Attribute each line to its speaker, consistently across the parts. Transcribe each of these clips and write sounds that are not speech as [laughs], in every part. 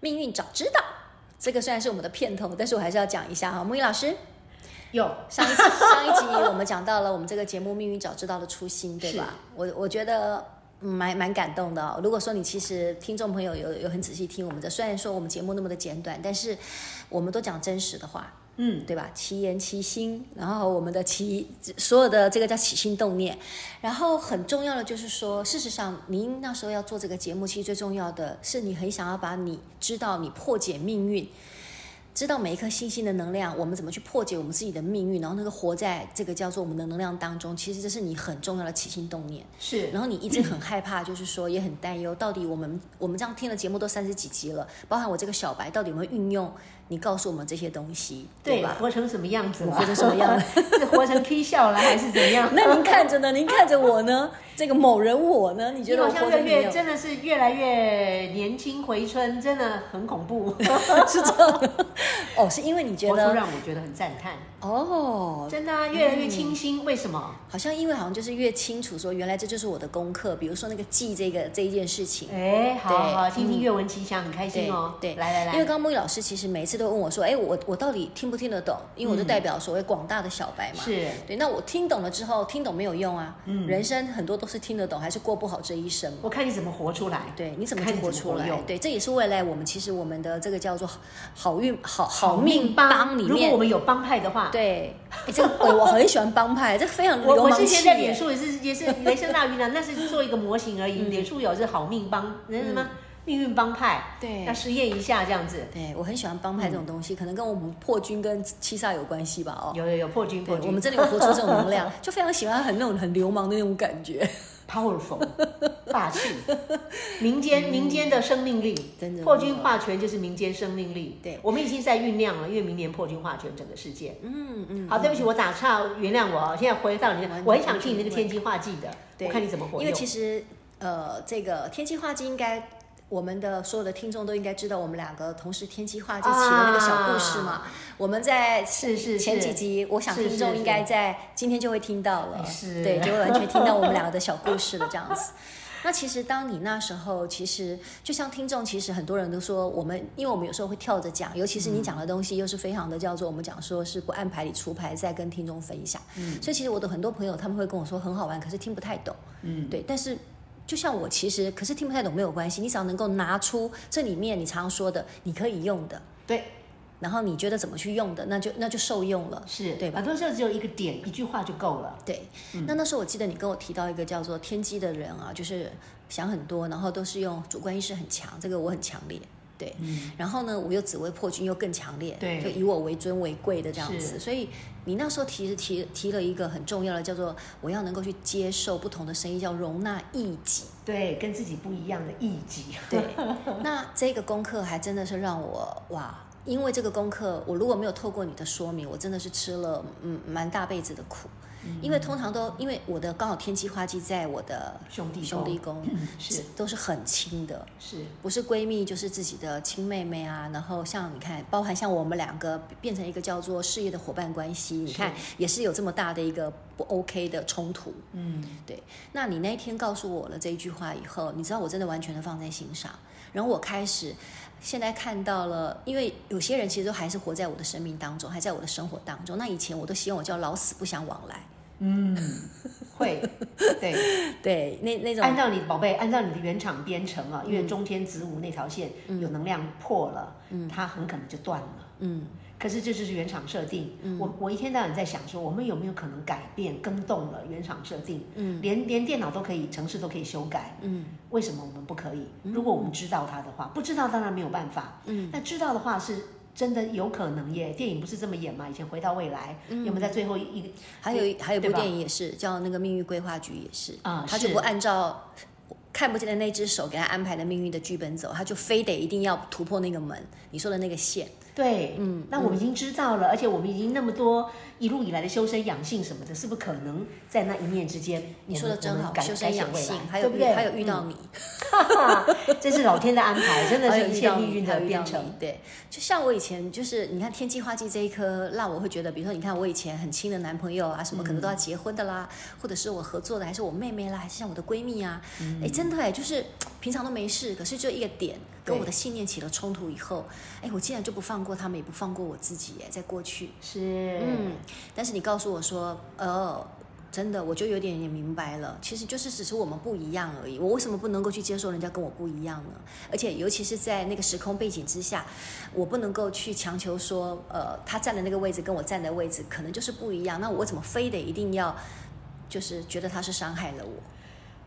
Speaker 1: 命运早知道，这个虽然是我们的片头，但是我还是要讲一下哈。木鱼老师，
Speaker 2: 有
Speaker 1: 上一次上一集我们讲到了我们这个节目《命运早知道》的初心，对吧？我我觉得。嗯蛮蛮感动的、哦。如果说你其实听众朋友有有很仔细听我们的，虽然说我们节目那么的简短，但是我们都讲真实的话，
Speaker 2: 嗯，
Speaker 1: 对吧？其言其心，然后我们的其所有的这个叫起心动念，然后很重要的就是说，事实上您那时候要做这个节目，其实最重要的是你很想要把你知道你破解命运。知道每一颗星星的能量，我们怎么去破解我们自己的命运，然后那个活在这个叫做我们的能量当中，其实这是你很重要的起心动念。
Speaker 2: 是
Speaker 1: 然后你一直很害怕，就是说也很担忧，到底我们我们这样听的节目都三十几集了，包含我这个小白，到底有没有运用你告诉我们这些东西，
Speaker 2: 对
Speaker 1: 吧？
Speaker 2: 活成什么样子了？
Speaker 1: 活成什么样
Speaker 2: [laughs]
Speaker 1: 了
Speaker 2: 是活成 K 笑了还是怎样？
Speaker 1: [laughs] 那您看着呢？您看着我呢？这个某人我呢？你觉
Speaker 2: 你
Speaker 1: 得我
Speaker 2: 好
Speaker 1: 活
Speaker 2: 像
Speaker 1: 得
Speaker 2: 越
Speaker 1: 怎么
Speaker 2: 越
Speaker 1: 样？
Speaker 2: 真的是越来越年轻回春，真的很
Speaker 1: [laughs]
Speaker 2: 恐怖。
Speaker 1: 是这样的哦，是因为你觉
Speaker 2: 活出
Speaker 1: 得
Speaker 2: 让我觉得很赞叹，
Speaker 1: 哦，
Speaker 2: 真的啊、越来越清新。为什么？
Speaker 1: 好像因为好像就是越清楚说，原来这就是我的功课。比如说那个记这个这一件事情，
Speaker 2: 哎，好
Speaker 1: 嗯对
Speaker 2: 好听听阅文吉祥，很开心哦。
Speaker 1: 对，
Speaker 2: 来来来，
Speaker 1: 因为刚刚木易老师其实每一次都问我说，哎，我我到底听不听得懂？因
Speaker 2: 嗯
Speaker 1: 为我就代表所谓广大的小白嘛。
Speaker 2: 是
Speaker 1: 对，那我听懂了之后，听懂没有用啊。嗯，人生很多都是听得懂，还是过不好这一生嘛。
Speaker 2: 我看你怎么活出来。
Speaker 1: 对，你怎么去
Speaker 2: 看你
Speaker 1: 活
Speaker 2: 怎么
Speaker 1: 出来
Speaker 2: 活用？
Speaker 1: 对，这也是未来我们其实我们的这个叫做好运好好
Speaker 2: 好
Speaker 1: 命帮里
Speaker 2: 如果我
Speaker 1: 面，
Speaker 2: 们有帮派的话，
Speaker 1: 对，哎这个我我很喜欢帮派，这个非常
Speaker 2: [laughs] 我
Speaker 1: 流
Speaker 2: 我
Speaker 1: 氓
Speaker 2: 之
Speaker 1: 气
Speaker 2: 前在
Speaker 1: 耶
Speaker 2: 脸书也是 [laughs] 也是雷声大雨呢，那是做一个模型而已。
Speaker 1: 嗯
Speaker 2: 脸书有是好命帮，那是什么命运帮派，
Speaker 1: 对
Speaker 2: 要实验一下这样子。
Speaker 1: 对，我很喜欢帮派这
Speaker 2: 嗯
Speaker 1: 种东西，可能跟我们破军跟七煞有关系吧？哦，
Speaker 2: 有有有破军
Speaker 1: 对
Speaker 2: 破，军，
Speaker 1: 我们真的有活出这种能
Speaker 2: [laughs]
Speaker 1: 量，就非常喜欢很那种很流氓的那种感觉。
Speaker 2: powerful 霸
Speaker 1: [laughs]
Speaker 2: 气，民间民间的生命力
Speaker 1: 嗯真的，
Speaker 2: 破军化权就是民间生命力。
Speaker 1: 对
Speaker 2: 我们已经在酝酿了，因为明年破军化权整个世界。
Speaker 1: 嗯嗯，
Speaker 2: 好，对不起，我打岔，原谅我。现在回到你
Speaker 1: 完全，
Speaker 2: 我很想听你那个天机化忌的，
Speaker 1: 对，
Speaker 2: 我看你怎么活用。
Speaker 1: 因为其实呃，这个天气化忌应该。我们的所有的听众都应该知道，我们两个同时天气化忌起了那个小故事嘛。
Speaker 2: 啊
Speaker 1: 我们在
Speaker 2: 是是是
Speaker 1: 前几集，我想
Speaker 2: 是
Speaker 1: 听众
Speaker 2: 是哎
Speaker 1: 应该在今天就会听到了，
Speaker 2: 是
Speaker 1: 对，就会完全听到我们两个的小故事了这样
Speaker 2: [laughs]
Speaker 1: 子。那其实当你那时候，其实就像听众，其实很多人都说我们，因为我们有时候会跳着讲，尤其
Speaker 2: 嗯
Speaker 1: 是你讲的东西又是非常的叫做我们讲说是不按牌理出牌，在跟听众分享。嗯，所以其实我的很多朋友他们会跟我说很好玩，可是听不太懂。嗯，对，但是。就像我其实，可是听不太懂没有关系，你只要能够拿出这里面你常说的，你可以用的，
Speaker 2: 对
Speaker 1: 然后你觉得怎么去用的，那就那就受用了，
Speaker 2: 是
Speaker 1: 对吧？
Speaker 2: 很多时候只有一个点，一句话就够了。
Speaker 1: 对，
Speaker 2: 嗯
Speaker 1: 那那时候我记得你跟我提到一个叫做天机的人啊，就是想很多，然后都是用主观意识很强，这个我很强烈。对，然后呢，我又紫薇破军又更强烈，
Speaker 2: 对
Speaker 1: 就以我为尊为贵的这样子。
Speaker 2: 是
Speaker 1: 所以你那时候提提提了一个很重要的，叫做我要能够去接受不同的声音，叫容纳异己。
Speaker 2: 对，跟自己不一样的异己。
Speaker 1: 对，那这个功课还真的是让我哇，因为这个功课，我如果没有透过你的说明，我真的是吃了嗯蛮大辈子的苦。
Speaker 2: 嗯
Speaker 1: 因为通常都因为我的刚好天机花季在我的
Speaker 2: [laughs] 兄弟
Speaker 1: 兄
Speaker 2: 宫
Speaker 1: 弟宫
Speaker 2: 是
Speaker 1: 都是很亲的，
Speaker 2: 是
Speaker 1: 不是闺蜜就是自己的亲妹妹啊。然后像你看，包含像我们两个变成一个叫做事业的伙伴关系，你看也是有这么大的一个不 OK 的冲突。
Speaker 2: 嗯，
Speaker 1: 对，那你那一天告诉我了这一句话以后，你知道我真的完全的放在心上，然后我开始现在看到了，因为有些人其实都还是活在我的生命当中，还在我的生活当中。那以前我都希望我叫老死不相往来， [laughs]
Speaker 2: 嗯会，对，
Speaker 1: 对，那那种嗯
Speaker 2: 按照你宝贝，按照你的原厂编程啊，因为中天子午那条线有能量破了，它很可能就断了。
Speaker 1: 嗯，
Speaker 2: 可是这就是原厂设定。我我一天到晚在想说，我们有没有可能改变、更动了原厂设定？嗯，连连电脑都可以，城市都可以修改。嗯，为什么我们不可以？
Speaker 1: 嗯
Speaker 2: 如果我们知道它的话，不知道当然没有办法。嗯，那知道的话是。真的有可能耶！电影不是这么演嘛？以前回到未来，
Speaker 1: 嗯
Speaker 2: 有没有在最后一一个
Speaker 1: 还有一还有一部
Speaker 2: 对吧
Speaker 1: 电影也是叫那个《命运规划局》，也是
Speaker 2: 啊
Speaker 1: 他就是不按照。看不见的那只手给他安排的命运的剧本走，他就非得一定要突破那个门，你说的那个线。
Speaker 2: 对，
Speaker 1: 嗯
Speaker 2: 嗯，那我们已经知道了，而且我们已经那么多一路以来的修身养性什么的，是不是可能在那一念之间？
Speaker 1: 你说的
Speaker 2: 我
Speaker 1: 真
Speaker 2: 们
Speaker 1: 好，
Speaker 2: 改
Speaker 1: 修身养性，还有
Speaker 2: 对不
Speaker 1: 遇
Speaker 2: 对？
Speaker 1: 还有遇到你，
Speaker 2: 嗯，这是老天的安排，真
Speaker 1: [laughs]
Speaker 2: 的
Speaker 1: 还有呃遇
Speaker 2: 是一切
Speaker 1: 到
Speaker 2: 命
Speaker 1: 你，
Speaker 2: 运
Speaker 1: 还
Speaker 2: 的
Speaker 1: 有遇到
Speaker 2: 编
Speaker 1: 你
Speaker 2: 程。。
Speaker 1: 对，就像我以前就是，你看天气化剂这一颗，让我会觉得，比如说，你看我以前很亲的男朋友啊，什么可
Speaker 2: 嗯
Speaker 1: 能都要结婚的啦，或者是我合作的，还是我妹妹啦，还是像我的闺蜜啊，
Speaker 2: 嗯
Speaker 1: 哎，真的哎，就是平常都没事，可是就一个点跟
Speaker 2: 对
Speaker 1: 我的信念起了冲突以后，哎，我竟然就不放过他们，也不放过我自己，哎，在过去，
Speaker 2: 是，
Speaker 1: 嗯，但是你告诉我说，呃，真的，我就有点也明白了，其实就是只是我们不一样而已。我为什么不能够去接受人家跟我不一样呢？而且尤其是在那个时空背景之下，我不能够去强求说，呃，他站的那个位置跟我站的位置可能就是不一样，那我怎么非得一定要？就是觉得他是伤害了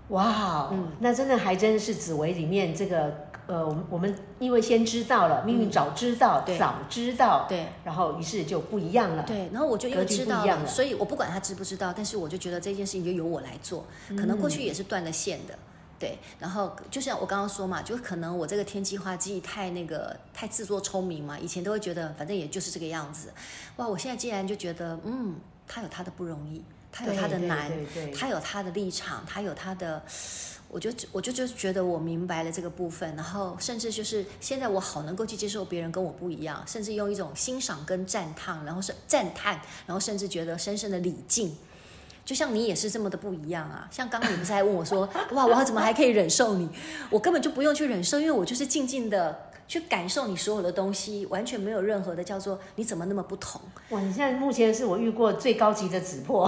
Speaker 1: 我，
Speaker 2: 哇、哦
Speaker 1: 嗯
Speaker 2: 那真的还真是紫薇里面这个呃，我们我们因为先知道了命运，早知道、
Speaker 1: 嗯对
Speaker 2: 早知道，
Speaker 1: 对
Speaker 2: 然后于是就不一样了。
Speaker 1: 对，然后我就又
Speaker 2: 格局
Speaker 1: 知
Speaker 2: 不
Speaker 1: 道
Speaker 2: 一样
Speaker 1: 了，
Speaker 2: 了
Speaker 1: 所以我不管他知不知道，但是我就觉得这件事情就由我来做，可能过
Speaker 2: 嗯
Speaker 1: 去也是断了线的。对，然后就像我刚刚说嘛，就可能我这个天气化记忆太那个太自作聪明嘛，以前都会觉得反正也就是这个样子，哇，我现在竟然就觉得，嗯，他有他的不容易，他有
Speaker 2: 对
Speaker 1: 他的
Speaker 2: 对
Speaker 1: 难
Speaker 2: 对对，
Speaker 1: 他有他的立场，他有他的，我就我就就觉得我明白了这个部分，然后甚至就是现在我好能够去接受别人跟我不一样，甚至用一种欣赏跟赞叹，然后是赞叹，然后甚至觉得深深的礼敬。就像你也是这么的不一样啊！像刚刚你不是还问我说，哇，我怎么还可以忍受你？我根本就不用去忍受，因为我就是静静的去感受你所有的东西，完全没有任何的叫做你怎么那么不同。
Speaker 2: 哇，你现在目前是我遇过最高级的紫
Speaker 1: [laughs]
Speaker 2: 破。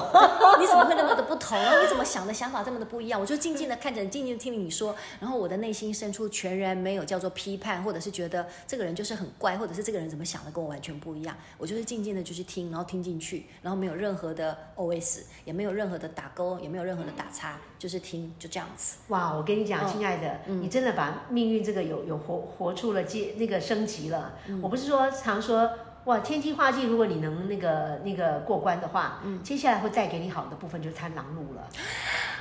Speaker 1: 你怎么会那么的不同？然后你怎么想的想法这么的不一样？我就静静的看着你，静静的听你说，然后我的内心深处全然没有叫做批判，或者是觉得这个人就是很怪，或者是这个人怎么想的跟我完全不一样。我就是静静的就去听，然后听进去，然后没有任何的 OS，也没有任何的打勾，也没有任何的打叉，就是听，就这样子。
Speaker 2: 哇，我跟你讲，
Speaker 1: 嗯
Speaker 2: 亲爱的，你真的把命运这个有有活活出了阶那个升级了。
Speaker 1: 嗯
Speaker 2: 我不是说常说哇，天机化忌，如果你能那个那个过关的话，
Speaker 1: 嗯
Speaker 2: 接下来会带给你好的部分就是贪狼路了。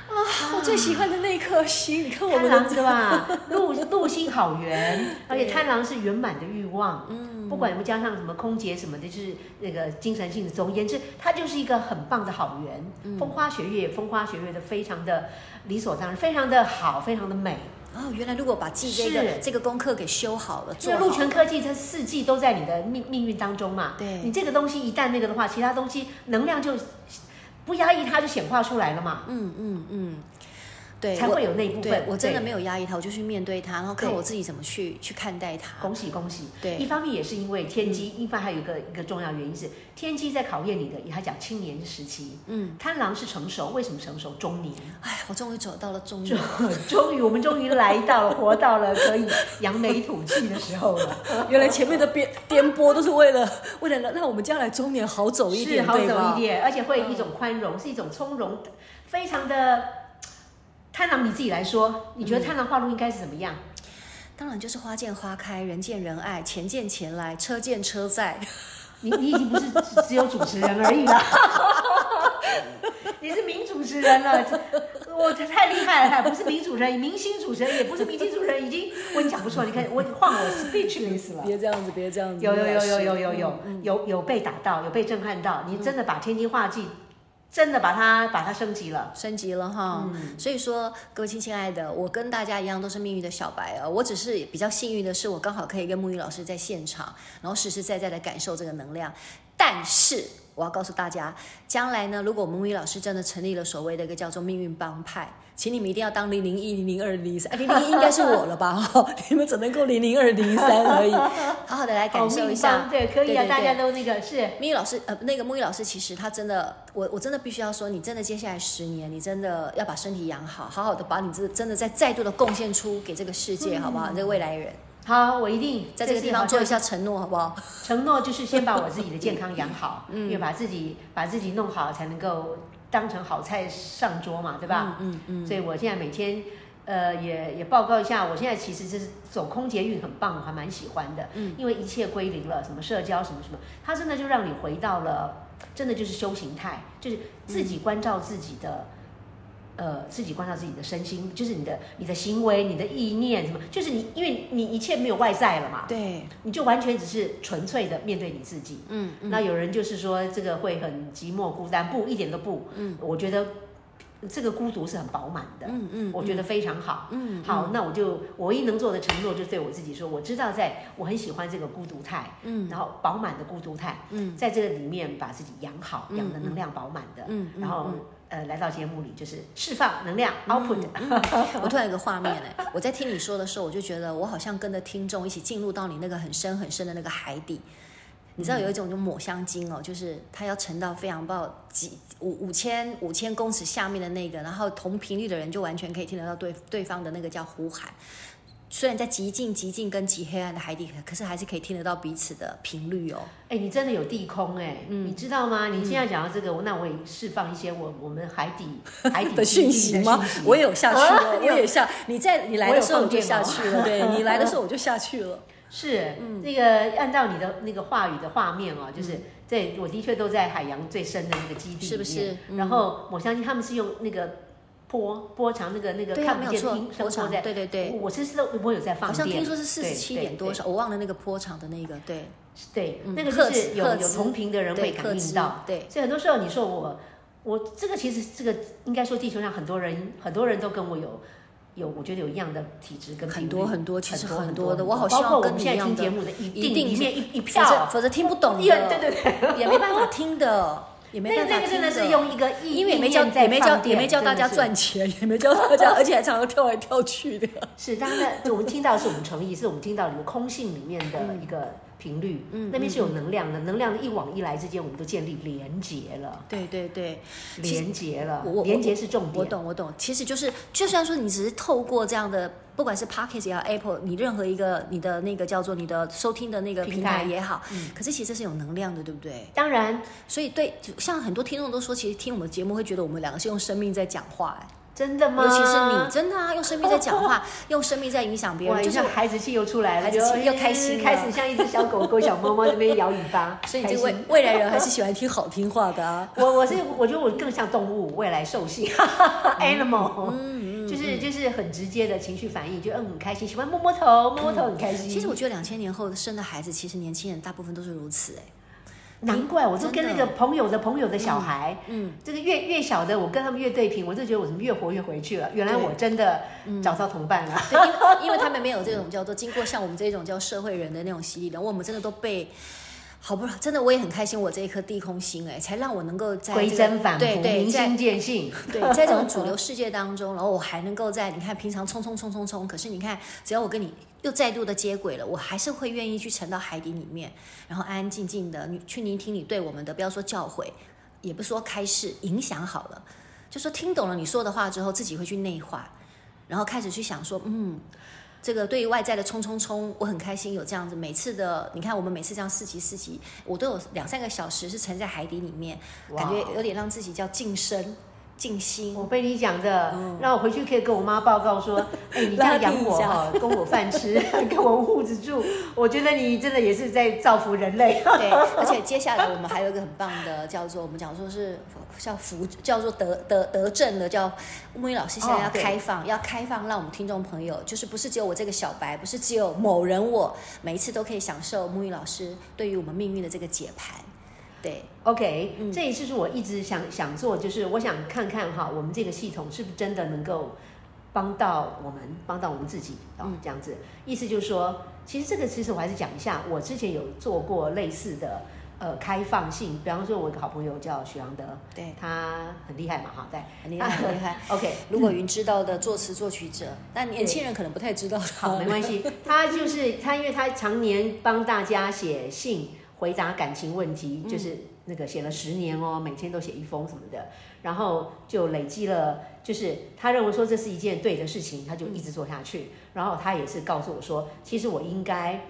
Speaker 1: 啊我最喜欢的那一颗心，你 [laughs] 看我
Speaker 2: 贪
Speaker 1: 们
Speaker 2: 狼
Speaker 1: 的
Speaker 2: 对吧？路路心好
Speaker 1: [laughs]
Speaker 2: 圆，而且贪狼是圆满的欲望。
Speaker 1: 嗯
Speaker 2: 不管有没有加上什么空姐什么的，就是那个精神性的。总而言之，它就是一个很棒的好
Speaker 1: 嗯
Speaker 2: 缘，风花雪月，风花雪月的非常的理所当然，非常的好，非常的美。
Speaker 1: 哦，原来如果把记这个
Speaker 2: 是
Speaker 1: 这个功课给修好了，
Speaker 2: 因
Speaker 1: 做
Speaker 2: 为
Speaker 1: 好
Speaker 2: 鹿
Speaker 1: 了
Speaker 2: 泉科技它四季都在你的命命运当中嘛，
Speaker 1: 对
Speaker 2: 你这个东西一旦那个的话，其他东西能量就不压抑它就显化出来了嘛，
Speaker 1: 嗯嗯嗯，对，
Speaker 2: 才
Speaker 1: 我
Speaker 2: 会有那一部
Speaker 1: 对
Speaker 2: 分。
Speaker 1: 我真的
Speaker 2: 对
Speaker 1: 没有压抑他，我就去面对他，然后看
Speaker 2: 对
Speaker 1: 我自己怎么去去看待他。
Speaker 2: 恭喜恭喜！
Speaker 1: 对
Speaker 2: 一方面也是因为天机，一方还有一个一个重要原因是天机在考验你的，也还讲青年时期。
Speaker 1: 嗯，
Speaker 2: 贪狼是成熟，为什么成熟？中年。 [laughs]
Speaker 1: 哎，我终于走到了中
Speaker 2: 终
Speaker 1: 年。
Speaker 2: 终于，我们终于来到了，活到了可以扬眉吐气的时候了。
Speaker 1: [laughs] 原来前面的颠颠簸都是为了 [laughs] 为了让我们将来中年好走一点，
Speaker 2: 是好
Speaker 1: 对吧
Speaker 2: 走一点，而且会一种宽容，是一种从容，非常的。贪狼，你自己来说，你觉得贪狼化禄应该是怎么样？
Speaker 1: 当然就是花见花开，人见人爱，钱见钱来，车见车在。
Speaker 2: 你你已经不是只只有主持人而已了，你是名主持人了，我太厉害了，不是名主持人，明星主持人也不是明星主持人，已经我已经讲不出来，你看我换我 speechless 了。
Speaker 1: [laughs] 别这样子，别这样子。
Speaker 2: 有有
Speaker 1: 陆老
Speaker 2: 有
Speaker 1: 师
Speaker 2: 有有有有有有被打到，有被震撼到，你真的把天机化忌，真的把它把它升级了。
Speaker 1: 升级了哈。
Speaker 2: 嗯
Speaker 1: 所以说，各位亲亲爱的，我跟大家一样都是命运的小白啊，我只是比较幸运的是，我刚好可以跟木鱼老师在现场，然后实实在在的感受这个能量。但是我要告诉大家，将来呢，如果我们木鱼老师真的成立了所谓的一个叫做命运帮派。请你们一定要当零零一、零零二、零零三，零零一应该是我了吧？ [laughs] 你们只能够零零二、零零三而已。好好的来感受一
Speaker 2: 好
Speaker 1: 下
Speaker 2: 哦命，棒对，可以啊，
Speaker 1: 对对
Speaker 2: 大家都那个是
Speaker 1: 木易老师，呃，那个木易老师，其实他真的，我我真的必须要说，你真的接下来十年，你真的要把身体养好，好好的把你自真的再再度的贡献出给这个世界，好不
Speaker 2: 嗯
Speaker 1: 好？你这个未来人，
Speaker 2: 好，我一定
Speaker 1: 在这个地
Speaker 2: 次好
Speaker 1: 方
Speaker 2: 像
Speaker 1: 做一下承诺，好不好？
Speaker 2: 承诺，就是先把我自己的健康养
Speaker 1: [laughs]
Speaker 2: 好，
Speaker 1: 嗯
Speaker 2: 因为把自己把自己弄好，才能够当成好菜上桌嘛，对吧？
Speaker 1: 嗯嗯，
Speaker 2: 所以我现在每天。呃，也也报告一下，我现在其实就是走空捷运很棒，我还蛮喜欢的，
Speaker 1: 嗯
Speaker 2: 因为一切归零了，什么社交什么什么，它真的就让你回到了，真的就是修行态，就是自己关照自己的呃自己关照自己的身心，就是你的你的行为、你的意念什么，就是你因为你一切没有外在了嘛，
Speaker 1: 对，
Speaker 2: 你就完全只是纯粹的面对你自己。
Speaker 1: 嗯
Speaker 2: 那有人就是说这个会很寂寞孤单，不一点都不，嗯，我觉得这个孤独是很饱满的，
Speaker 1: 嗯嗯
Speaker 2: 我觉得非常好。
Speaker 1: 嗯
Speaker 2: 好，那我就我唯一能做的承诺就是对我自己说，我知道在我很喜欢这个孤独态，
Speaker 1: 嗯
Speaker 2: 然后饱满的孤独态，
Speaker 1: 嗯
Speaker 2: 在这个里面把自己养好，
Speaker 1: 嗯
Speaker 2: 养的能量饱满的，
Speaker 1: 嗯嗯
Speaker 2: 然后
Speaker 1: 嗯
Speaker 2: 呃来到节目里就是释放能量 output，
Speaker 1: 我突然有个画面哎、我在听你说的时候，我就觉得我好像跟着听众一起进入到你那个很深很深的那个海底。你知道有一种就抹香鲸哦，就是它要沉到非常不知道几五五千五千公尺下面的那个，然后同频率的人就完全可以听得到对对方的那个叫呼喊。虽然在极静、极静跟极黑暗的海底，可是还是可以听得到彼此的频率哦。
Speaker 2: 哎、你真的有地空哎、
Speaker 1: 嗯
Speaker 2: 你知道吗？你现在讲到这个，我那我也释放一些我我们海
Speaker 1: [laughs]
Speaker 2: 底海底
Speaker 1: 的
Speaker 2: 基地
Speaker 1: 讯息
Speaker 2: 哎的
Speaker 1: 吗
Speaker 2: 讯？息
Speaker 1: 我也有下去哦
Speaker 2: 啊
Speaker 1: 了，我
Speaker 2: 你有
Speaker 1: 也下。你在你来
Speaker 2: 我
Speaker 1: 的
Speaker 2: 有
Speaker 1: 时候我
Speaker 2: 放
Speaker 1: 就
Speaker 2: 电
Speaker 1: 下
Speaker 2: 哦
Speaker 1: 去了，对你来的
Speaker 2: [laughs]
Speaker 1: 时候我就下去了。
Speaker 2: 是，
Speaker 1: 嗯
Speaker 2: 那个按照你的那个话语的画面哦，就是在我的确都在海洋最深的那个基地里面，
Speaker 1: 是不是嗯
Speaker 2: 然后我相信他们是用那个波波长那个那个
Speaker 1: 对啊
Speaker 2: 看
Speaker 1: 没
Speaker 2: 不
Speaker 1: 有
Speaker 2: 见
Speaker 1: 错
Speaker 2: 的音
Speaker 1: 波
Speaker 2: 声
Speaker 1: 长
Speaker 2: 波在，
Speaker 1: 对对对
Speaker 2: 我我是是我有在放
Speaker 1: 好像
Speaker 2: 电，
Speaker 1: 听说是四十
Speaker 2: 对
Speaker 1: 七点多，少，
Speaker 2: 对
Speaker 1: 我忘了那个波长的那个，对，
Speaker 2: 对，
Speaker 1: 嗯
Speaker 2: 那个
Speaker 1: 赫
Speaker 2: 就
Speaker 1: 兹
Speaker 2: 是有
Speaker 1: 赫
Speaker 2: 有
Speaker 1: 兹
Speaker 2: 同频的人
Speaker 1: 对
Speaker 2: 会
Speaker 1: 赫
Speaker 2: 感
Speaker 1: 兹
Speaker 2: 应到，
Speaker 1: 对
Speaker 2: 所以很多时候你说我我这个其实这个应该说地球上很多人很多人都跟我有。有，我觉得有一样的体质跟频
Speaker 1: 很
Speaker 2: 率
Speaker 1: 多很多，其实很
Speaker 2: 很
Speaker 1: 多
Speaker 2: 多
Speaker 1: 的，我好希
Speaker 2: 包括
Speaker 1: 望
Speaker 2: 我
Speaker 1: 跟
Speaker 2: 们
Speaker 1: 你
Speaker 2: 现
Speaker 1: 一
Speaker 2: 在
Speaker 1: 样
Speaker 2: 听节
Speaker 1: 的，
Speaker 2: 目的一
Speaker 1: 一定
Speaker 2: 定里面一一
Speaker 1: 否则
Speaker 2: 票，
Speaker 1: 否则听不懂的，
Speaker 2: [laughs] 一人对对对，
Speaker 1: 也没办法听的，也没办
Speaker 2: 那
Speaker 1: 法
Speaker 2: 那个
Speaker 1: 听
Speaker 2: 真的是用一个意，
Speaker 1: 因为也没教，
Speaker 2: 意念在
Speaker 1: 也没教，
Speaker 2: 放电
Speaker 1: 也没教大家。
Speaker 2: 真
Speaker 1: 赚
Speaker 2: 的
Speaker 1: 钱，也没教大家，而且还常常跳来跳去
Speaker 2: [laughs]
Speaker 1: 的。
Speaker 2: 是是，当然，我们听到是我们诚意，是我们听到你们空性里面的一个频率，
Speaker 1: 嗯
Speaker 2: 那边是有能量的，能量的一往一来之间，我们都建立连结了，
Speaker 1: 对对对，其实
Speaker 2: 连结了
Speaker 1: 我我，
Speaker 2: 连结是重
Speaker 1: 我
Speaker 2: 点。
Speaker 1: 懂，我懂。其实就是，就算说你只是透过这样的，不管是 p o c k e t 也好，Apple，你任何一个你的那个叫做你的收听的那个
Speaker 2: 平
Speaker 1: 平台
Speaker 2: 台嗯
Speaker 1: 也好，可是其实是有能量的，对不对？
Speaker 2: 当然，
Speaker 1: 所以对，就像很多听众都说，其实听我们节目会觉得我们两个是用生命在讲话、哎
Speaker 2: 真的吗？
Speaker 1: 尤其是你，真的啊，用生命在讲话，
Speaker 2: [laughs]
Speaker 1: 用生命在影响别
Speaker 2: 哇，
Speaker 1: 人，
Speaker 2: 就
Speaker 1: 就是
Speaker 2: 是。孩子气又出来了，
Speaker 1: 孩子气
Speaker 2: 就
Speaker 1: 又开心了
Speaker 2: 开始像一只小狗狗、小猫猫这边摇尾巴，
Speaker 1: 所以
Speaker 2: 开
Speaker 1: 这
Speaker 2: 心 [laughs]
Speaker 1: 未未来人还是喜欢听好听话的啊。
Speaker 2: 我我是我觉得我更像动物，未来兽性
Speaker 1: 嗯
Speaker 2: animal，、就是就是很直接的情绪反应，就嗯很开心，喜欢摸摸头，摸摸头很开心。
Speaker 1: 其实我觉得两千年后生的孩子，其实年轻人大部分都是如
Speaker 2: [laughs]
Speaker 1: 此、哎，
Speaker 2: 难怪，我就跟那
Speaker 1: 真的
Speaker 2: 个朋友的朋友的小孩，
Speaker 1: 嗯，
Speaker 2: 这个越越小的，我跟他们越对拼，我就觉得我怎么越活越回去了。原来我真的
Speaker 1: 嗯
Speaker 2: 找到同伴了。
Speaker 1: 对，因为因为他们没有这种叫做经过像我们这种叫社会人的那种洗礼的，我们真的都被。好不容易，真的我也很开心，我这一颗地空心哎、才让我能够在、这个、
Speaker 2: 归真返璞，
Speaker 1: 对对，
Speaker 2: 明
Speaker 1: 在
Speaker 2: 心见性。
Speaker 1: 对，在这种主流世界当中，然后我还能够在你看平常冲冲冲冲冲，可是你看，只要我跟你又再度的接轨了，我还是会愿意去沉到海底里面，然后安安静静的去聆听你对我们的，不要说教诲，也不说开示，影响好了，就说听懂了你说的话之后，自己会去内化，然后开始去想说，嗯。这个对于外在的冲冲冲，我很开心有这样子。每次的，你看我们每次这样四级四级，我都有两三个小时是沉在海底里面，感觉
Speaker 2: 哇
Speaker 1: 有点让自己叫晋升、静心。
Speaker 2: [laughs] 我被你讲的，让我回去可以跟我妈报告说，哎、你这样养我哈，供我饭吃， [laughs] 给我护着住，我觉得你真的也是在造福人类。 [laughs]
Speaker 1: 对，而且接下来我们还有一个很棒的，叫做我们讲说是叫扶，叫做德德德政的，叫木鱼老师现在要
Speaker 2: 哦对
Speaker 1: 开放，要开放让我们听众朋友，就是不是只有我这个小白，不是只有某人我，每一次都可以享受木鱼老师对于我们命运的这个解盘。对，
Speaker 2: OK，、这也是我一直想想做，就是我想看看哈，我们这个系统是不是真的能够帮到我们，帮到我们自己哦，这样子。意思就是说，其实这个其实我还是讲一下，我之前有做过类似的呃开放性，比方说我有一个好朋友叫许阳德，
Speaker 1: 对 [laughs]
Speaker 2: 他很厉害嘛哈，对，
Speaker 1: 很厉害很厉害。
Speaker 2: OK，
Speaker 1: 如果云知道的作词作曲者，但年轻人可能不太知道他。
Speaker 2: 好，没关系。他就是他，因为他常年帮大家写信回答感情问题，就是那个写了十年哦，每天都写一封什么的，然后就累积了，就是他认为说这是一件对的事情，他就一直做下去。然后他也是告诉我说，其实我应该。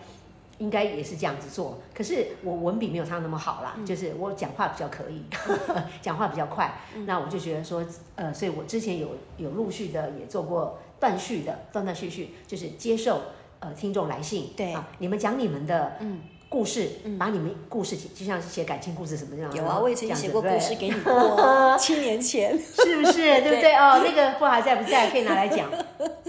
Speaker 2: 应该也是这样子做，可是我文笔没有他那么好啦，
Speaker 1: 嗯
Speaker 2: 就是我讲话比较可以， [laughs] 讲话比较快，
Speaker 1: 嗯
Speaker 2: 那我就觉得说，呃，所以我之前有有陆续的也做过断续的，断断续续，就是接受呃听众来信，
Speaker 1: 对
Speaker 2: 啊，你们讲你们的，嗯，故事，把你们故事写，就像写感情故事什么样。
Speaker 1: 有啊，我以前写过
Speaker 2: 这样
Speaker 1: 故
Speaker 2: 子
Speaker 1: 事给你过啊，七年前。
Speaker 2: 是
Speaker 1: [laughs]
Speaker 2: 不是？对不对？哦，那个不好在不在，可以拿来讲。 [laughs]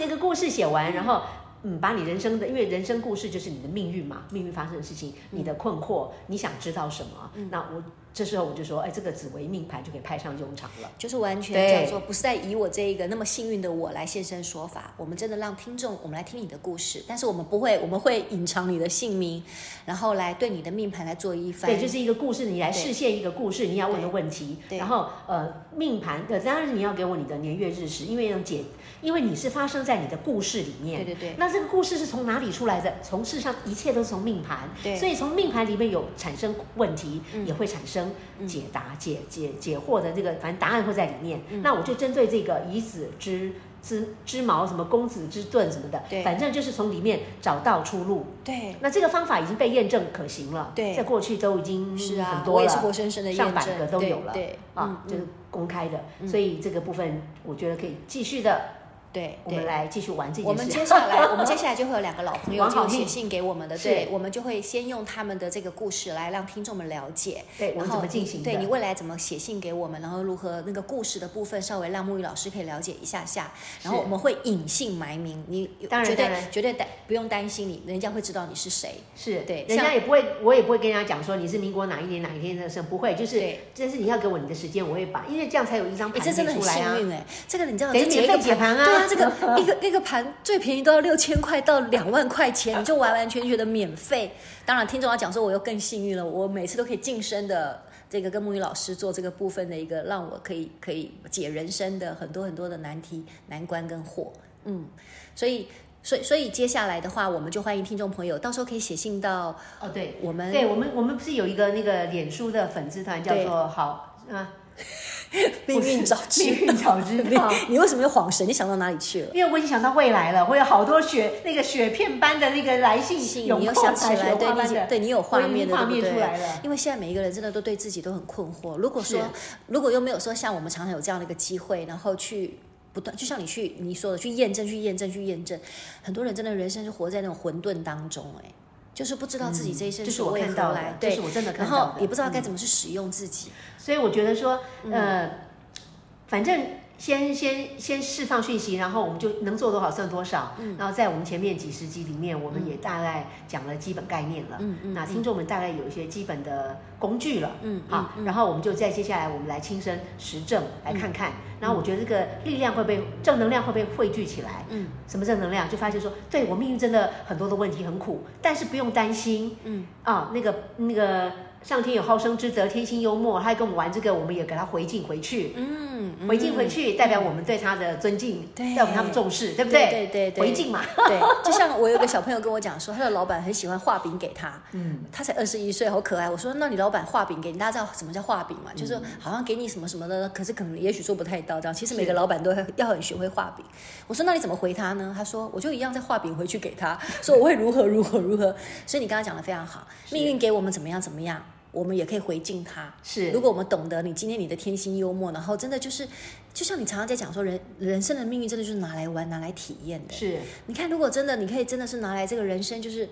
Speaker 2: 那个故事写完，然后嗯，把你人生的，因为人生故事就是你的命运嘛，命运发生的事情，你的困惑，你想知道什么？
Speaker 1: 嗯
Speaker 2: 那我这时候我就说，哎，这个紫薇命盘就可以派上用场了。
Speaker 1: 就是完全
Speaker 2: 对
Speaker 1: 叫做不是在以我这一个那么幸运的我来现身说法，我们真的让听众我们来听你的故事，但是我们不会，我们会隐藏你的姓名，然后来对你的命盘来做一番。
Speaker 2: 对，就是一个故事，你来实现一个故事，你要问的问题，
Speaker 1: 对
Speaker 2: 然后呃，命盘，呃，当然你要给我你的年月日时，因为能解，因为你是发生在你的故事里面，
Speaker 1: 对对对
Speaker 2: 那这个故事是从哪里出来的？从事实上一切都是从命盘，
Speaker 1: 对嗯
Speaker 2: 所以从命盘里面有产生问题，也会产生解答、解解解惑的这个，反正答案会在里面。
Speaker 1: 嗯
Speaker 2: 那我就针对这个以子之。之之矛什么公子之盾什么的
Speaker 1: 对，
Speaker 2: 反正就是从里面找到出路。
Speaker 1: 对
Speaker 2: 那这个方法已经被验证可行了，
Speaker 1: 对
Speaker 2: 在过去都已经
Speaker 1: 是啊
Speaker 2: 嗯很多了，
Speaker 1: 我也是活生生的验证
Speaker 2: 上百个都有了，
Speaker 1: 对对
Speaker 2: 啊，
Speaker 1: 嗯
Speaker 2: 这个公开的，所以这个部分我觉得可以继续的，
Speaker 1: 对，
Speaker 2: 我们
Speaker 1: 对
Speaker 2: 来继续玩这件事。
Speaker 1: 我们接下来，我们接下来就会有两个老朋友
Speaker 2: 王
Speaker 1: 就
Speaker 2: 好
Speaker 1: 有写
Speaker 2: 命
Speaker 1: 信给我们的，
Speaker 2: 是
Speaker 1: 对，我们就会先用他们的这个故事来让听众们了解。
Speaker 2: [laughs] 对我
Speaker 1: 然
Speaker 2: 们
Speaker 1: 后
Speaker 2: 怎么进
Speaker 1: 你
Speaker 2: 行的？
Speaker 1: 对你未来怎么写信给我们，然后如何那个故事的部分稍微让木鱼老师可以了解一下下，然后
Speaker 2: 是
Speaker 1: 我们会隐姓埋名，你
Speaker 2: 当然
Speaker 1: 绝对
Speaker 2: 当然
Speaker 1: 绝对担不用担心你，人家会知道你是谁。
Speaker 2: 是
Speaker 1: 对
Speaker 2: 人
Speaker 1: 像
Speaker 2: 家也不会，我也不会跟人家讲说你是民国哪一年哪一天的生，不会，就是
Speaker 1: 对，
Speaker 2: 但是你要给我你的时间，我会把，因为这样才有一张
Speaker 1: 哎，
Speaker 2: 盘
Speaker 1: 这真的
Speaker 2: 列
Speaker 1: 很
Speaker 2: 出来啊
Speaker 1: 幸。运哎、这个你知道，
Speaker 2: 等
Speaker 1: 这
Speaker 2: 于
Speaker 1: 只有一
Speaker 2: 免
Speaker 1: 个
Speaker 2: 费解盘啊
Speaker 1: 对啊，这个一个一个盘最便宜都要六千块到两万块钱，你就完完全全的免费。当然，听众要讲说我又更幸运了，我每次都可以晋升的。这个跟木鱼老师做这个部分的一个，让我可以可以解人生的很多很多的难题、难关跟惑，嗯，所以所以所以接下来的话，我们就欢迎听众朋友，到时候可以写信到
Speaker 2: 哦，对，
Speaker 1: 我们
Speaker 2: 对我们我们不是有一个那个脸书的粉丝团叫
Speaker 1: 对
Speaker 2: 做好啊，
Speaker 1: 命运早知
Speaker 2: 命运早知
Speaker 1: 道 [laughs]
Speaker 2: 道。
Speaker 1: 你为什么又恍神？你想到哪里去了？
Speaker 2: 因为我已经想到未来了，会有好多雪那个雪片般的那个来信，
Speaker 1: 信，
Speaker 2: 涌
Speaker 1: 你又
Speaker 2: 过
Speaker 1: 想起
Speaker 2: 雪
Speaker 1: 来，对
Speaker 2: 花般
Speaker 1: 你
Speaker 2: 的
Speaker 1: 对你有画面的，
Speaker 2: 我已经画
Speaker 1: 对不
Speaker 2: 面出来
Speaker 1: 对
Speaker 2: 了？。
Speaker 1: 因为现在每一个人真的都对自己都很困惑。如果
Speaker 2: 是
Speaker 1: 说，如果又没有说像我们常常有这样的一个机会，然后去。不断，就像你去你说的，去验证，去验证，去验证。很多人真的人生是活在那种混沌当中、哎，就是不知道自己这一生
Speaker 2: 嗯这是
Speaker 1: 所
Speaker 2: 我
Speaker 1: 谓
Speaker 2: 看
Speaker 1: 何
Speaker 2: 到的
Speaker 1: 来，
Speaker 2: 这
Speaker 1: 对，
Speaker 2: 是我真的看
Speaker 1: 然
Speaker 2: 到的嗯
Speaker 1: 后也不知道该怎么去使用自己。
Speaker 2: 所以我觉得说，
Speaker 1: 嗯
Speaker 2: 呃，反正先先先释放讯息，然后我们就能做多少算多少。
Speaker 1: 嗯
Speaker 2: 然后在我们前面几十集里面，我们也大概讲了基本概念了。
Speaker 1: 嗯嗯
Speaker 2: 那
Speaker 1: 嗯
Speaker 2: 听众们大概有一些基本的工具了。
Speaker 1: 嗯
Speaker 2: 好，然后我们就再接下来我们来亲身实证来看看。
Speaker 1: 嗯
Speaker 2: 然后我觉得这个力量会被正能量会被汇聚起来。
Speaker 1: 嗯，
Speaker 2: 什么正能量？就发现说，对我命运真的很多的问题很苦，但是不用担心。
Speaker 1: 嗯，
Speaker 2: 啊，那个那个上天有好生之德，天性幽默，他还跟我们玩这个，我们也给他回敬回去，
Speaker 1: 嗯，嗯
Speaker 2: 回敬回去代表我们对他的尊敬，
Speaker 1: 对
Speaker 2: 代表他们重视，对不
Speaker 1: 对对
Speaker 2: 对？
Speaker 1: 对对
Speaker 2: 回敬嘛。
Speaker 1: 对，就像我有个小朋友跟我讲说，他的老板很喜欢画饼给他，
Speaker 2: 嗯，
Speaker 1: 他才二十一岁，好可爱。我说，那你老板画饼给你，大家知道什么叫画饼嘛？就是好像给你什么什么的，可是可能也许做不太到这样。其实每个老板都会要很学会画饼。我说，那你怎么回他呢？他说，我就一样再画饼回去给他，说我会如何如何如何。所以你刚刚讲的非常好，命运给我们怎么样怎么样。我们也可以回敬他，
Speaker 2: 是
Speaker 1: 如果我们懂得你今天你的天性幽默，然后真的就是，就像你常常在讲说人人生的命运真的就是拿来玩、拿来体验的。
Speaker 2: 是，
Speaker 1: 你看，如果真的，你可以真的是拿来这个人生，就是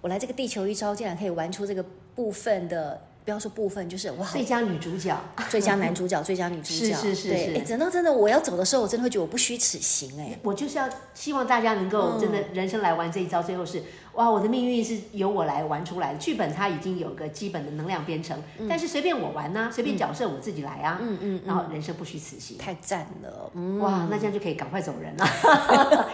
Speaker 1: 我来这个地球一遭，竟然可以玩出这个部分的，不要说部分，就是哇，
Speaker 2: 最佳女主角，
Speaker 1: 最佳男
Speaker 2: [laughs]
Speaker 1: 主角、最佳女主角，
Speaker 2: 是是是
Speaker 1: 对，
Speaker 2: 是
Speaker 1: 哎，等到真的我要走的时候，我真的会觉得我不虚此行，哎，
Speaker 2: 我就是要希望大家能
Speaker 1: 嗯
Speaker 2: 够真的人生来玩这一招，最后是哇，我的命运是由我来玩出来的。剧本它已经有个基本的能量编程，
Speaker 1: 嗯
Speaker 2: 但是随便我玩啊呐、随便角色我自己来啊，嗯嗯，然后人生不虚此行。
Speaker 1: 太赞了，嗯，
Speaker 2: 哇，那这样就可以赶快走
Speaker 1: [laughs]
Speaker 2: 人了，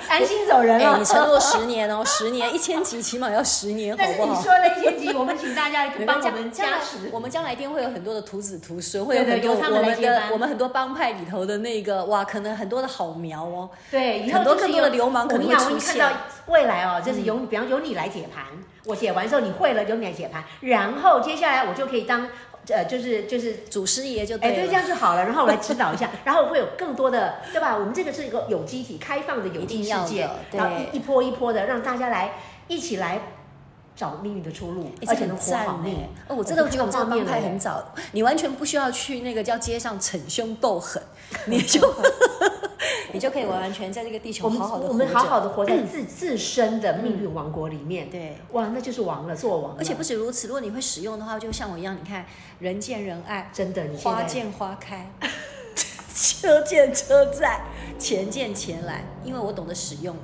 Speaker 2: 安心走人
Speaker 1: 哎，
Speaker 2: 了。
Speaker 1: 你承诺十年哦， [laughs] 十年一千集，起码要十年，好
Speaker 2: [laughs] 但是
Speaker 1: 不
Speaker 2: 你
Speaker 1: 好？
Speaker 2: 说了一千集，我们请大家
Speaker 1: 没
Speaker 2: 帮
Speaker 1: 关系
Speaker 2: 我们加持
Speaker 1: 我。们将来一定会有很多的徒子徒孙，会有
Speaker 2: 对对
Speaker 1: 很多
Speaker 2: 由他
Speaker 1: 我
Speaker 2: 们来
Speaker 1: 们
Speaker 2: 接
Speaker 1: 的
Speaker 2: 班
Speaker 1: 我们很多帮派里头的那个哇，可能很多的好苗哦，
Speaker 2: 对，以后
Speaker 1: 很多
Speaker 2: 就是
Speaker 1: 更多的
Speaker 2: 由
Speaker 1: 流氓可能会
Speaker 2: 我跟你
Speaker 1: 出
Speaker 2: 讲
Speaker 1: 现嗯
Speaker 2: 我已经看到未来哦，就是由你，比方由你来解盘，我解完之后你会了，由你来解盘，然后接下来我就可以当呃，就是就是。
Speaker 1: 祖师爷就
Speaker 2: 哎，
Speaker 1: 对
Speaker 2: 对，
Speaker 1: 了。
Speaker 2: 这样就好了。然后我来指导一
Speaker 1: [laughs]
Speaker 2: 下，然后会有更多的，对吧？我们这个是一个有机体、开放的有机
Speaker 1: 一定
Speaker 2: 世
Speaker 1: 要的
Speaker 2: 界，
Speaker 1: 对
Speaker 2: 然后一一波一波的，让大家来一起来找命运的出路，
Speaker 1: 哎这
Speaker 2: 而且欸
Speaker 1: 很
Speaker 2: 能活
Speaker 1: 赞
Speaker 2: 好
Speaker 1: 呢
Speaker 2: 命。
Speaker 1: 哦，我真的觉得我们这个帮
Speaker 2: 面欸
Speaker 1: 派很早，
Speaker 2: [laughs]
Speaker 1: 你完全不需要去那个叫街上逞凶斗狠，你就 [laughs] 你就可以完完全在这个地球
Speaker 2: 我们
Speaker 1: 好好的
Speaker 2: 我
Speaker 1: 活
Speaker 2: 们
Speaker 1: 着。嗯
Speaker 2: 好好的活在自自身的命运王国里面，
Speaker 1: 对，
Speaker 2: 哇，那就是王了，做王了，
Speaker 1: 而且不止如此，如果你会使用的话，就像我一样，你看人见人爱，
Speaker 2: 真的，你现
Speaker 1: 花
Speaker 2: 在
Speaker 1: 见花开，
Speaker 2: [laughs]
Speaker 1: 车见车载，钱见钱来，因为我懂得使用了。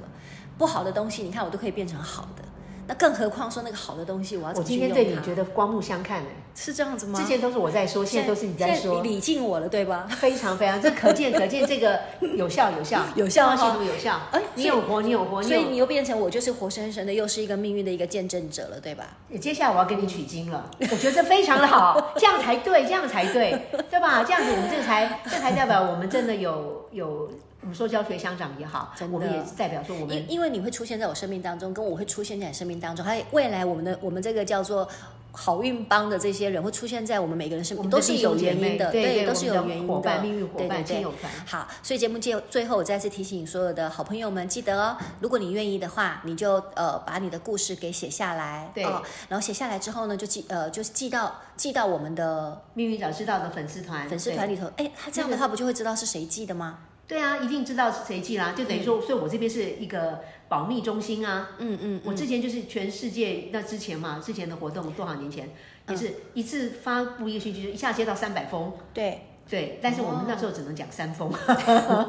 Speaker 1: 不好的东西，你看我都可以变成好的，那更何况说那个好的东西，我要怎
Speaker 2: 我
Speaker 1: 么去
Speaker 2: 今
Speaker 1: 用
Speaker 2: 天
Speaker 1: 它？
Speaker 2: 对你觉得刮目相看哎，
Speaker 1: 是这样子吗？
Speaker 2: 之前都是我在说，现在都是你在
Speaker 1: 现
Speaker 2: 说
Speaker 1: 你，理尽我了，对吧？
Speaker 2: 非常非常，这可见可见这个有效有效
Speaker 1: 有效哈
Speaker 2: 系统有效，
Speaker 1: 哎
Speaker 2: 你
Speaker 1: 所以
Speaker 2: 有活你有活，
Speaker 1: 所以你
Speaker 2: 有
Speaker 1: 又变成我就是活生生的，又是一个命运的一个见证者了，对吧？
Speaker 2: 接下来我要跟你取经了，我觉得这非常的好，这样才对，这样才对，对吧？这样子我们这才这才代表我们真的有有，我们说教学乡长也好
Speaker 1: 真，的
Speaker 2: 我们也代表说我们
Speaker 1: 因因为你会出现在我生命当中，跟我会出现在你生命当中，还有未来我们的我们这个叫做好运帮的这些人会出现在我们每个人身
Speaker 2: 我
Speaker 1: 边，
Speaker 2: 们
Speaker 1: 都
Speaker 2: 的
Speaker 1: 是
Speaker 2: 弟兄
Speaker 1: 有
Speaker 2: 姐
Speaker 1: 原
Speaker 2: 妹
Speaker 1: 因的，
Speaker 2: 对对
Speaker 1: 都是
Speaker 2: 我们
Speaker 1: 有
Speaker 2: 的
Speaker 1: 原因
Speaker 2: 伙
Speaker 1: 的，
Speaker 2: 伴命运伙
Speaker 1: 对
Speaker 2: 伴
Speaker 1: 对对
Speaker 2: 亲友团
Speaker 1: 好，所以节目最最后，我再次提醒所有的好朋友们，记得哦，如果你愿意的话，你就呃把你的故事给写下来，
Speaker 2: 对
Speaker 1: 哦，然后写下来之后呢，就寄呃就是寄到寄到我们的
Speaker 2: 命运早知道的粉丝团，
Speaker 1: 粉丝团里头，哎，他这样的话不就会知道是谁寄的吗？
Speaker 2: 对，对啊，一定知道是谁寄啦，就等于说，所以我这边是一个保密中心啊，
Speaker 1: 嗯嗯，
Speaker 2: 我之前就是全世界那之前嘛，之前的活动多少年前
Speaker 1: 嗯
Speaker 2: 也是一次发布一个讯息，就一下接到三百封，
Speaker 1: 对
Speaker 2: 对，但是我们那时候只能讲三封，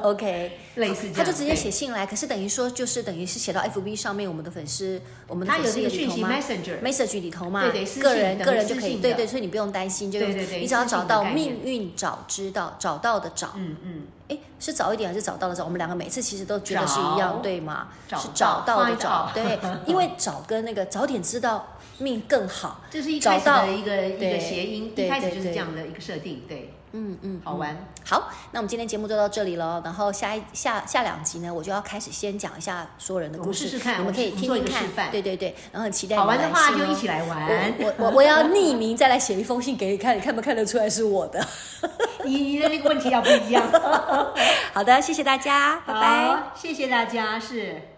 Speaker 1: ，OK。
Speaker 2: [laughs] 类似这
Speaker 1: 哦他
Speaker 2: 样，
Speaker 1: 就直接写信来，可是等于说就是等于是写到 FB 上面我们的粉丝，我
Speaker 2: 对，
Speaker 1: 们的
Speaker 2: 他
Speaker 1: 粉
Speaker 2: 有
Speaker 1: 丝
Speaker 2: 这
Speaker 1: 页
Speaker 2: 个
Speaker 1: 里
Speaker 2: 讯
Speaker 1: 头
Speaker 2: 息
Speaker 1: 吗
Speaker 2: messenger，
Speaker 1: ？message 里头嘛，
Speaker 2: 对对私信
Speaker 1: 个人
Speaker 2: 等于
Speaker 1: 个人就
Speaker 2: 私
Speaker 1: 可以，
Speaker 2: 信
Speaker 1: 对
Speaker 2: 的啊
Speaker 1: 对，所以你不用担心，就
Speaker 2: 对对对
Speaker 1: 你只要
Speaker 2: 私信
Speaker 1: 找
Speaker 2: 的
Speaker 1: 到
Speaker 2: 概念
Speaker 1: 命运早知道，找到的找，
Speaker 2: 嗯嗯，
Speaker 1: 哎，是早一点还是早到的早？我们两个每次其实都觉得是一样，
Speaker 2: 找
Speaker 1: 对吗？
Speaker 2: 找
Speaker 1: 是找到的找
Speaker 2: 到，
Speaker 1: 对，因为找跟那个早点知道命更好，
Speaker 2: 这是一
Speaker 1: 找
Speaker 2: 开始
Speaker 1: 到
Speaker 2: 的一个一
Speaker 1: 对
Speaker 2: 个谐音，
Speaker 1: 对
Speaker 2: 一开始
Speaker 1: 对
Speaker 2: 就是
Speaker 1: 对
Speaker 2: 这样的一个设定，对，
Speaker 1: 嗯嗯，
Speaker 2: 好玩。
Speaker 1: 好，那我们今天节目就到这里了。然后下一下下两集呢，我就要开始先讲一下所有人的故事，
Speaker 2: 我们试试看
Speaker 1: 你们可以
Speaker 2: 我们
Speaker 1: 听
Speaker 2: 做一
Speaker 1: 听
Speaker 2: 个
Speaker 1: 看
Speaker 2: 示范，
Speaker 1: 对对对。然后很期待你
Speaker 2: 好
Speaker 1: 们
Speaker 2: 玩的话
Speaker 1: 来信
Speaker 2: 就
Speaker 1: 哦
Speaker 2: 一起来
Speaker 1: [laughs]
Speaker 2: 玩。 [laughs]
Speaker 1: 我我我我要匿名再来写一封信给你看，你看不看得出来是我的？
Speaker 2: 你你的
Speaker 1: [laughs]
Speaker 2: 那个问题要不一样。
Speaker 1: 好的，谢谢大家，拜拜。
Speaker 2: 好，谢谢大家，是。